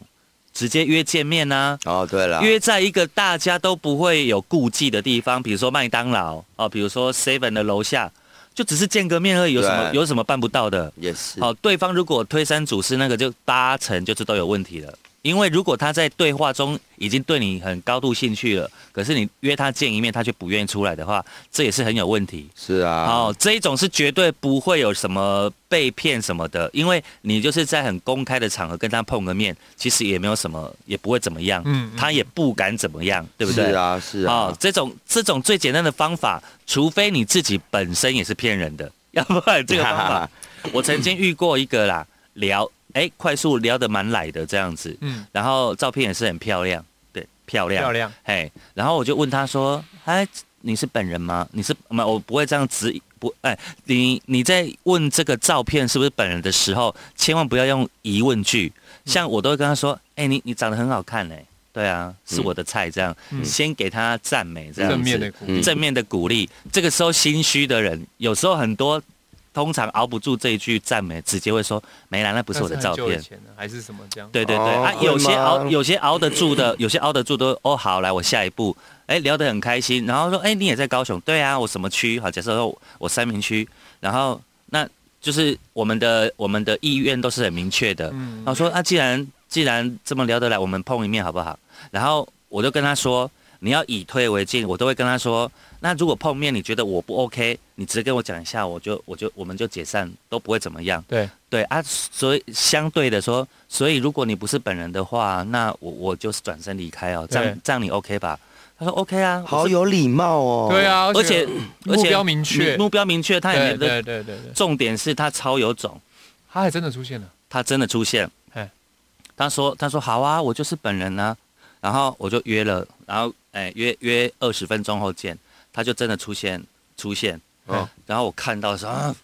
[SPEAKER 2] 直接约见面啊呐、
[SPEAKER 3] 哦，对了，
[SPEAKER 2] 约在一个大家都不会有顾忌的地方，比如说麦当劳哦，比如说 Seven 的楼下，就只是见个面而已，有什么
[SPEAKER 3] 对
[SPEAKER 2] 有什么办不到的？
[SPEAKER 3] 也是，
[SPEAKER 2] 好、对方如果推三阻四，那个就八成就是都有问题了。因为如果他在对话中已经对你很高度兴趣了，可是你约他见一面，他却不愿意出来的话，这也是很有问题。
[SPEAKER 3] 是啊，
[SPEAKER 2] 哦，这一种是绝对不会有什么被骗什么的，因为你就是在很公开的场合跟他碰个面，其实也没有什么，也不会怎么样，
[SPEAKER 4] 嗯嗯
[SPEAKER 2] 他也不敢怎么样，对不对？
[SPEAKER 3] 是啊，是啊
[SPEAKER 2] 哦，，这种这种最简单的方法，除非你自己本身也是骗人的， 要不然这个方法，我曾经遇过一个啦，聊哎快速聊得蛮来的这样子，
[SPEAKER 4] 嗯，
[SPEAKER 2] 然后照片也是很漂亮，对，漂亮，
[SPEAKER 4] 漂亮，
[SPEAKER 2] 哎，然后我就问他说：“哎，你是本人吗？你是没有？我不会这样质疑，不，哎，你你在问这个照片是不是本人的时候，千万不要用疑问句。
[SPEAKER 4] 嗯
[SPEAKER 2] 像我都会跟他说：‘哎，你你长得很好看哎、对啊，是我的菜。’这样，
[SPEAKER 4] 嗯
[SPEAKER 2] 先给他赞美，这样子
[SPEAKER 4] 正面的鼓励
[SPEAKER 3] 嗯，
[SPEAKER 2] 正面的鼓励。这个时候心虚的人，有时候很多。”通常熬不住这一句赞美，直接会说没啦，那不
[SPEAKER 4] 不
[SPEAKER 2] 是我的照片。
[SPEAKER 4] 还是什么这样？
[SPEAKER 2] 对对对、
[SPEAKER 3] 哦
[SPEAKER 2] 啊，
[SPEAKER 3] 会
[SPEAKER 2] 有些
[SPEAKER 3] 吗
[SPEAKER 2] 熬有些熬得住的， 有些熬得住都哦好，来我下一步，哎聊得很开心，然后说哎你也在高雄，对啊，我什么区？好，假设说我三明区，然后那就是我们的我们的意愿都是很明确的，
[SPEAKER 4] 嗯
[SPEAKER 2] 然后说啊既然既然这么聊得来，我们碰一面好不好？然后我就跟他说你要以退为进，我都会跟他说，那如果碰面你觉得我不 OK，你直接跟我讲一下，我就我就我们就解散，都不会怎么样。
[SPEAKER 4] 对，
[SPEAKER 2] 对啊，所以相对的说，所以如果你不是本人的话，那我我就是转身离开哦，这样
[SPEAKER 4] 对
[SPEAKER 2] 这样你 OK 吧？他说 OK 啊，我
[SPEAKER 3] 好
[SPEAKER 2] 是，
[SPEAKER 3] 有礼貌哦，
[SPEAKER 4] 对，啊，
[SPEAKER 2] 而且而且
[SPEAKER 4] 目标明确，
[SPEAKER 2] 目标明确，他也没
[SPEAKER 4] 对
[SPEAKER 2] 得。
[SPEAKER 4] 对对对对，
[SPEAKER 2] 重点是他超有种，
[SPEAKER 4] 他还真的出现了，
[SPEAKER 2] 他真的出现
[SPEAKER 4] 哎。
[SPEAKER 2] 他说他说好啊，我就是本人啊，然后我就约了，然后哎约约二十分钟后见，他就真的出现出现，
[SPEAKER 3] 哦
[SPEAKER 2] 然后我看到的时候，啊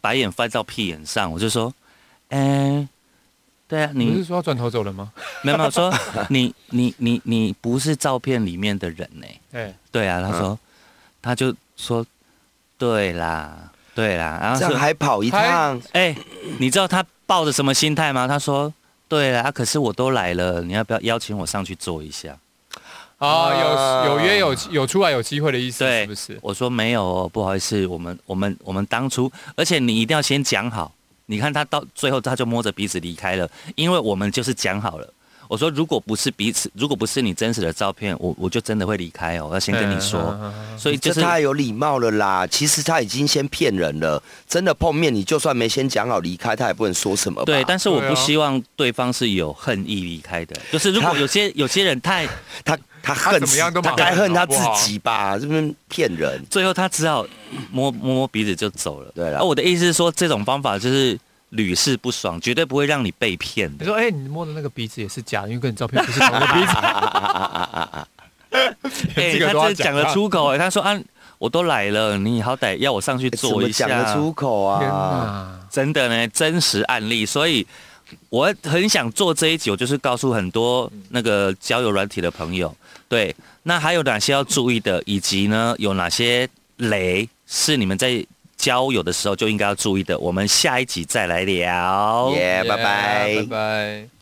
[SPEAKER 2] 白眼翻到屁眼上，我就说，嗯，对啊，
[SPEAKER 4] 你
[SPEAKER 2] 你
[SPEAKER 4] 不是说要转头走了吗？
[SPEAKER 2] 没有没有说你你你你不是照片里面的人呢、
[SPEAKER 4] 哎，
[SPEAKER 2] 对啊，他说，
[SPEAKER 3] 嗯
[SPEAKER 2] 他就说，对啦，对啦，然后
[SPEAKER 3] 这样
[SPEAKER 2] 说，
[SPEAKER 3] 还跑一趟，
[SPEAKER 2] 哎、你知道他抱着什么心态吗？他说，对啦，啊可是我都来了，你要不要邀请我上去坐一下？
[SPEAKER 4] 哦，有有约有有出来有机会的意思，
[SPEAKER 2] 啊对
[SPEAKER 4] 是不是？
[SPEAKER 2] 我说没有哦，不好意思，我们我们我们当初，而且你一定要先讲好。你看他到最后，他就摸着鼻子离开了，因为我们就是讲好了。我说，如果不是彼此，如果不是你真实的照片，我我就真的会离开哦。我要先跟你说，
[SPEAKER 4] 嗯嗯嗯嗯
[SPEAKER 2] 所以就是
[SPEAKER 3] 这太有礼貌了啦。其实他已经先骗人了，真的碰面你就算没先讲好离开，他也不能说什么吧。
[SPEAKER 2] 对，但是我
[SPEAKER 4] 对啊
[SPEAKER 2] 不希望对方是有恨意离开的。就是如果
[SPEAKER 3] 他
[SPEAKER 2] 有些有些人太
[SPEAKER 3] 他他恨
[SPEAKER 4] 他怎么样都
[SPEAKER 3] 他
[SPEAKER 4] 骂
[SPEAKER 3] 该
[SPEAKER 4] 人
[SPEAKER 3] 恨他
[SPEAKER 4] 好
[SPEAKER 3] 自
[SPEAKER 4] 不好
[SPEAKER 3] 己吧，这边骗人。
[SPEAKER 2] 最后他只好摸摸摸鼻子就走了。
[SPEAKER 3] 对啦
[SPEAKER 2] 而、我的意思是说，这种方法就是屡试不爽，绝对不会让你被骗
[SPEAKER 4] 你
[SPEAKER 2] 的。
[SPEAKER 4] 说，哎，你摸的那个鼻子也是假的，因为跟你照片不是同一个鼻子，
[SPEAKER 2] 哎、
[SPEAKER 4] 这个
[SPEAKER 2] 他
[SPEAKER 4] 都要
[SPEAKER 2] 真的讲
[SPEAKER 4] 讲
[SPEAKER 2] 得
[SPEAKER 4] 啊
[SPEAKER 2] 出口、哎，他说啊，我都来了，你好歹要我上去
[SPEAKER 3] 哎怎
[SPEAKER 2] 坐
[SPEAKER 3] 么
[SPEAKER 2] 一
[SPEAKER 3] 讲
[SPEAKER 2] 下。
[SPEAKER 3] 得出口
[SPEAKER 4] 天
[SPEAKER 3] 啊？
[SPEAKER 4] 哪，
[SPEAKER 2] 真的呢，真实案例，所以我很想做这一集，我就是告诉很多那个交友软体的朋友，对，那还有哪些要注意的，以及呢有哪些雷是你们在交友的时候就应该要注意的，我们下一集再来聊。
[SPEAKER 3] 耶，拜拜
[SPEAKER 4] Yeah，拜。拜。